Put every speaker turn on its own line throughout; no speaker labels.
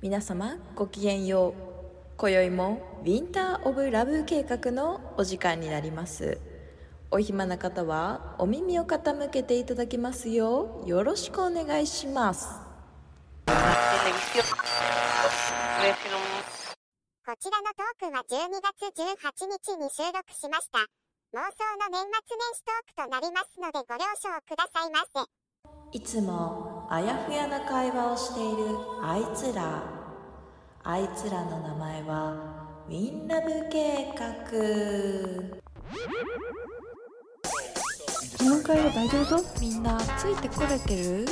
皆様ごきげんよう今宵もウィンター・オブ・ラブ計画のお時間になりますお暇な方はお耳を傾けていただきますようよろしくお願いします
televisión. Vecino.
こちらのトークは12月18日に収録しました。妄想の年末年始トークとなりますのでご了承くださいませ。
いつもあやふやな会話をしているあいつらあいつらの名前はウィンラブ計画
この会話大丈夫
みんなついてこれてる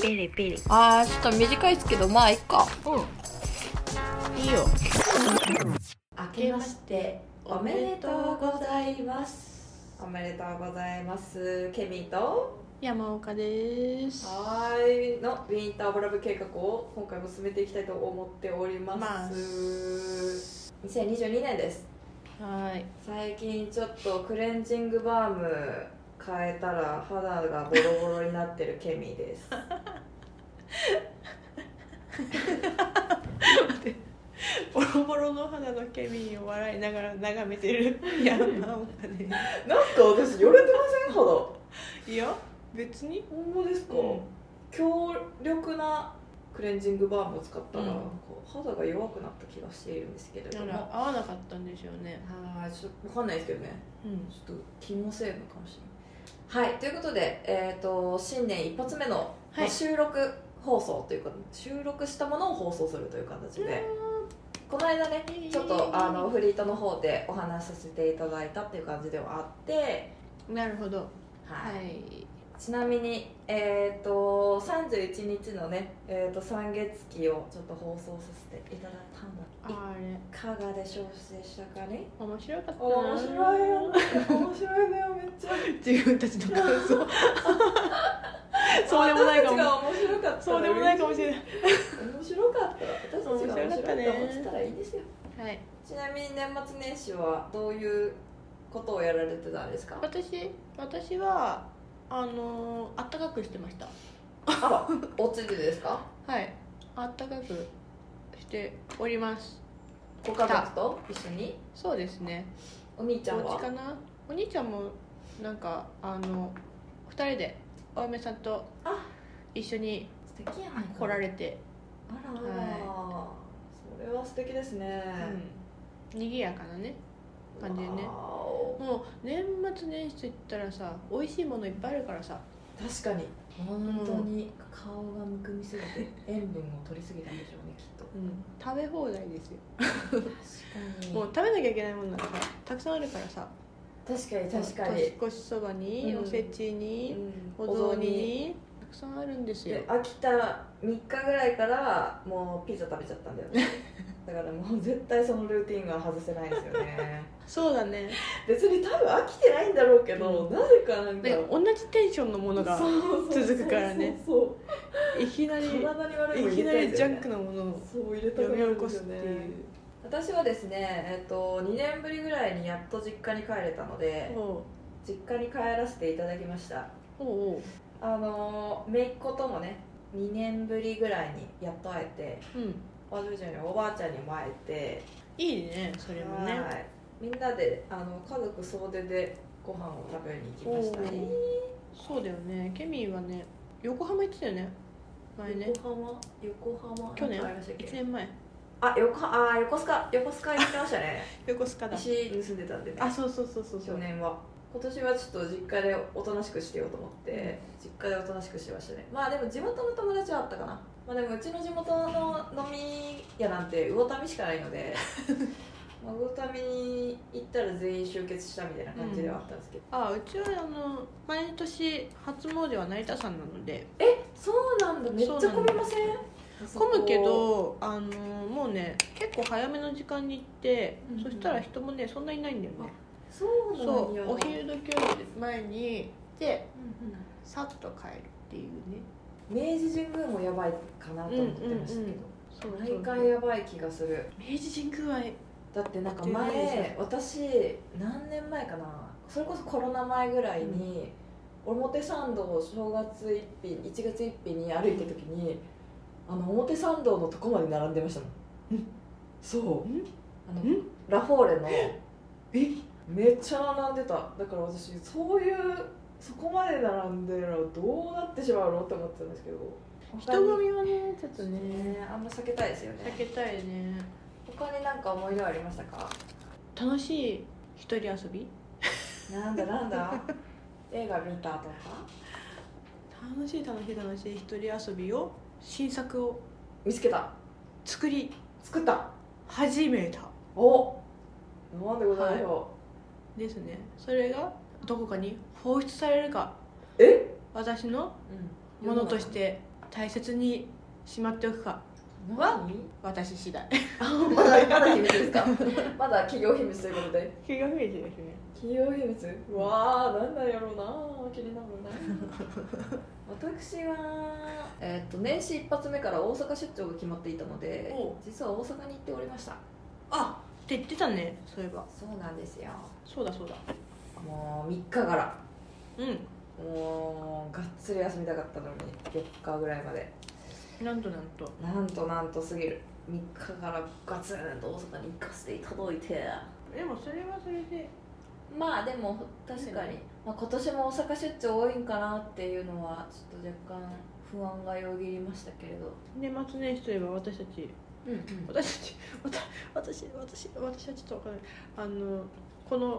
あーちょっと短いですけどまあいっか
明けましておめでとうございますおめでとうございますケミと
山岡です
はーいのウィンターボラブ計画を今回も進めていきたいと思っております、2022年です
はい
最近ちょっとクレンジングバーム変えたら肌がボロボロになってるケミです
ボロボロの肌のケミンを笑いながら眺めてる山岡で
なんか私よれてません肌ほ
すいや別に
んまですか、
うん
強力なクレンジングバームを使ったら、
うん
こう肌が弱くなった気がしているんですけれど
な
も
ら合わなかったんでしょうね
はいちょっとわかんないですけどね
うん
ちょっと肝成分かもしれないはいということで、えー、と新年一発目の、まあ収録放送というか収録したものを放送するという形でこの間ねちょっとあのフリートの方でお話しさせていただいたっていう感じではあって、
なるほど
はい
はい
ちなみに、えー、と31日のね、えー、と三月期をちょっと放送させていただいたんだい
あれ
かがでしょうでしたかね
面白かったな
面白いよ面白いねめっちゃ
自分たちの感想 そうでもない
私たち
かも
が面白かった
そうでもないかもしれない
面白かった私たちが面白か
面白
っ
かったた
と
ね
思ってたらいいんですよ
はい
ちなみに年末年始はどういうことをやられてたんですか
私私はあのあったかくしてました
あらおつでですか
はいあったかくしております
ご家族と一緒に
そうですね
お兄ちゃん
お
は
家かなお兄ちゃんもなんかあの二人でお嫁さんと
あ
一緒に
素敵やな
来られて、
あらあら、それは素敵ですね、
うん、賑やかなね感じで
わー
ね
お
もう年末年始といったらさ美味しいものいっぱいあるからさ
確かに本当に顔がむくみすぎて塩分を取りすぎたんでしょうねきっと
うん、食べ放題ですよ
確かに
もう食べなきゃいけないもんなんかさたくさんあるからさ
確かに確かに、
年越しそばに、
うん
おせちに、
うん
お雑煮にたくさんあるんですよ
で飽きた3日ぐらいからもうピザ食べちゃったんだよ ねだからもう絶対そのルーティンが外せないですよね
そうだね
別に多分飽きてないんだろうけど、なぜかなんか
で同じテンションのものが続くからね
そう
いきな
そう
り
そう体に悪いもん
いきなりジャンク
な
なものを
そう入れた
呼
く
び
なる
起
んで
こ
す
す
よ
ってい
ね
う
私はですね、えっと、2年ぶりぐらいにやっと実家に帰れたので
おう
実家に帰らせていただきました
おうおう
あの姪っ子ともね2年ぶりぐらいにやっと会えて
うん
おじいちゃんにおばあちゃんにも会え
いいねそ
て
れもね
はいみんなであの家族総出でご飯を食べに行きましたね
そうだよねケミーはね横浜行ってたよね前ね
横浜横浜
去
な
年
んかありましたっけ
1年前
あ横あー横須賀横須賀行ってました ね
横須賀だ
石盗んでたんでね
あそうそうそうそうそ
去
う
年は今年はちょっと実家でおとなしくしてようと思って実家でおとなしくしてましたねまあでも地元の友達はあったかなまあでもうちの地元の飲み屋なんて魚民しかないの でまあ魚民に行ったら全員集結したみたいな感じではあったんですけど、
あうちはあの毎年初詣は成田山なので
そうなんだめっちゃ混みません
混むけどあのもうね結構早めの時間に行って、
うん
そしたら人もねそんなにいないんだよね
そうなん
そ
や
うお昼時より前に行って
う
さっと帰るっていうね
んうん明治神宮もやばいかなと思ってましたけど、
そう
毎回やばい気がする
明治神宮は
だってなんか
やってるイメージ
前私何年前かなそれこそコロナ前ぐらいに、表参道を正月一品1月一品に歩いた時に、あの表参道のとこまで並んでましたもんそう
うん
あの
うん
ラフォーレの
え
めっちゃ並んでただから私そういうそこまで並んでるのどうなってしまうのって思ってたんですけど
人混みはねちょっと
他に
ね
ねあんま避けたいですよ
避
ね
けたいね
他になんか思い出はありましたか
楽しい一人遊び
なんだなんだ映画見たとか
楽しい楽しい楽しい一人遊びを新作を
見つけた
作り
作った
始めた
おなんでございましょ
ですねそれがどこかに放出されるか
う、え
私の
うん
ものとして大切にしまっておくか
何
私次第
まだまだ秘密ですか まだ企業秘密ということで
気が増えてですね
企業秘密うわあなんだやろうな気になるな私は、えっと年始一発目から大阪出張が決まっていたので
おう
実は大阪に行っておりました
あって言ってたねそういえば
そうなんですよ
そうだそうだ
もう3日から
うん
もうがっつり休みたかったのに4日ぐらいまで
なんとなんと
なんとなんとすぎる3日からガツンと大阪に行かせていただいて
でもそれはそれで
まあでも確かに、まあ、今年も大阪出張多いんかなっていうのはちょっと若干不安がよぎりましたけれど
年末年始といえば私たち
うんうん
私たちわた私私私はちょっとわかんないあのこの
う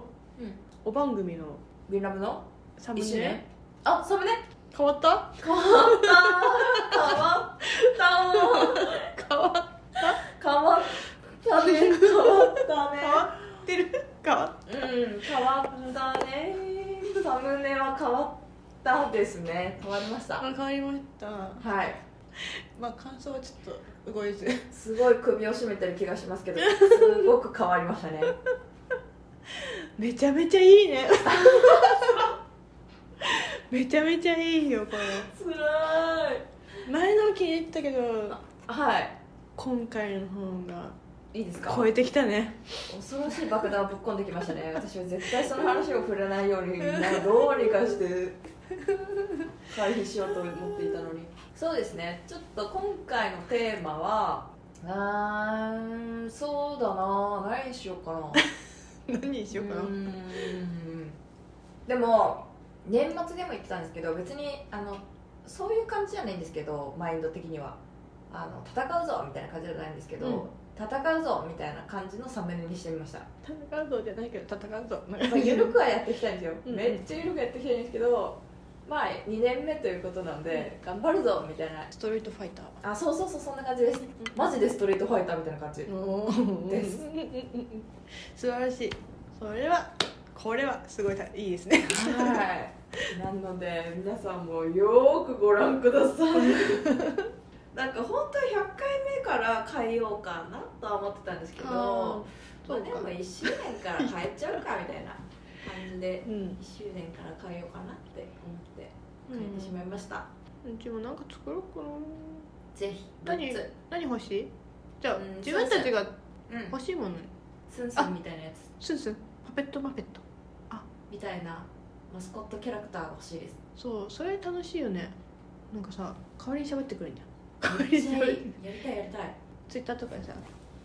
ん
お番組の
ビンラブの
サム
一周年
ネ
あサムネ
変わった
変わった変わった
変わ
変わったね変わったね
変わってる変わっ
うん変わったねサムネは変わったですね変わりました
た変わりました
はい
まあ感想はちょっと動いず
すごい首を絞めてる気がします けどすごく変わりましたね
めちゃめちゃいいね めちゃめちゃいいよこれ
つらい
前の気に入ったけど
はい
今回の方が
いいですか
超えてきたね
恐ろしい爆弾をぶっ込んできましたね私は絶対その話を触れないようになどうにかして回避しようと思っていたのにそうですねちょっと今回のテーマはうーんそうだな何にしようかな
何にしようかな
ーんでも年末でも言ってたんですけど別にあのそういう感じじゃないんですけどマインド的にはあの戦うぞみたいな感じじゃないんですけど、
うん
戦うぞみたいな感じのサムネにしてみ ました
戦うぞじゃないけど戦うぞなん
まあ、緩くはやっていきたいんですよ、
うん
めっちゃ緩くやっていきたいんですけどまあ2年目ということなんで、頑張るぞみたいな
ストリートファイター
あそうそうそうそんな感じですマジでストリートファイターみたいな感じ、です
うんうんうんうん素晴らしいそれはこれはすごいたいいですね
はいなので皆さんもよーくご覧くださいなんか本当は100回目から変えようかなとは思ってたんですけど
あ
ま
そ
あ、
う
で
か
も1周年から変えちゃうかみたいな感じで
うん
1周年から変えようかなって思って変えてしまいました、
うちもなんか作ろうかな
ぜひ
何
グッズ
何欲しいじゃあ、
うん
自分たちが
うん
欲しいもの
スンスンみたいなやつ
スンスンパペットマペット
みたいなマスコットキャラクターが欲しいです
そうそれ楽しいよねなんかさ代わりに喋ってくれんじゃん代わり
めっ
に
ちゃいい
喋
や
る
りたいやりたい
ツイッターとかでさ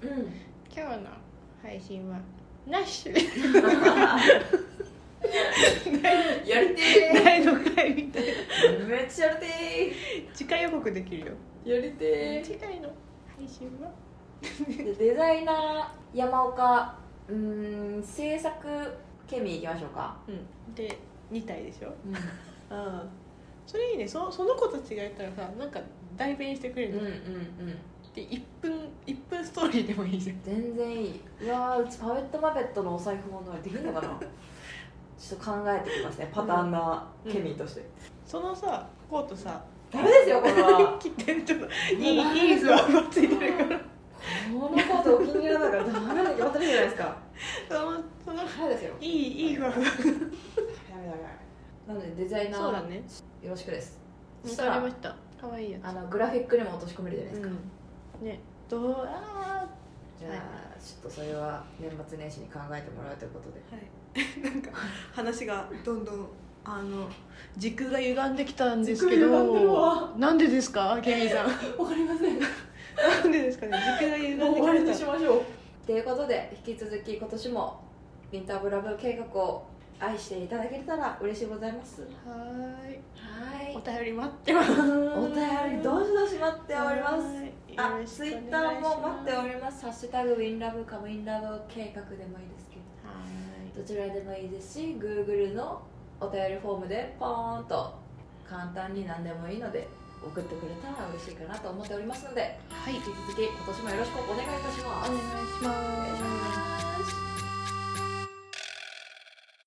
うん
今日の配信はなし
やりて
ないのかいみたいな
ーめっちゃやりて
次回予告できるよ
ーやりて
次回の配信は
ーデザイナー山岡うーん制作ケミ行きましょうか、
うんで2体でしょ
うん、
うんそれいいねそその子たちがいたらさなんか代弁してくれる
うん
の、
うん
で1分1分ストーリーでもいいじゃん
全然いいうわーうちパペットマペットのお財布ものはできるのかな ちょっと考えてきますねパターンなケミーとして、
そのさコートさ
ダメですよこれ は
切ってちょっといいいいズワがついてるから
このことお気に入りなんだからダメな決まってるじゃないですか
そのその
ダメですよ
いいいいふわふわ
ダメダメなのでデザイナー
そうだね
よろしくですそした
わからりましたかわいいや
あのグラフィックにも落とし込めるじゃない
つ
ですか、
うんねどうあ
じゃあちょっとそれは年末年始に考えてもらうということで
ーはいなんか話がどんどんあの時空が歪んできたんですけ
時空歪んでる
ど
わ
なんでですかケミーさん
わかりません
なんでですかね時間に
もう終わりにし
ょ
ましょうということで引き続き今年もウィンターブラブ計画を愛していただけたら嬉しいございますは
はーい
い
お便り待ってます
お便りどしどし待っておりますあ
はーいよろしくお願いします
ツイッターも待っております「ハッシュタグウィンラブカムインラブ計画」でもいいですけど
は
どちらでもいいですし Google のお便りフォームでポーンと簡単に何でもいいので送ってくれたら嬉しいかなと思っておりますので
ーいはい
引き続き今年もよろしくお願いいたし
お
ます
願いし
お願いし
ます
ます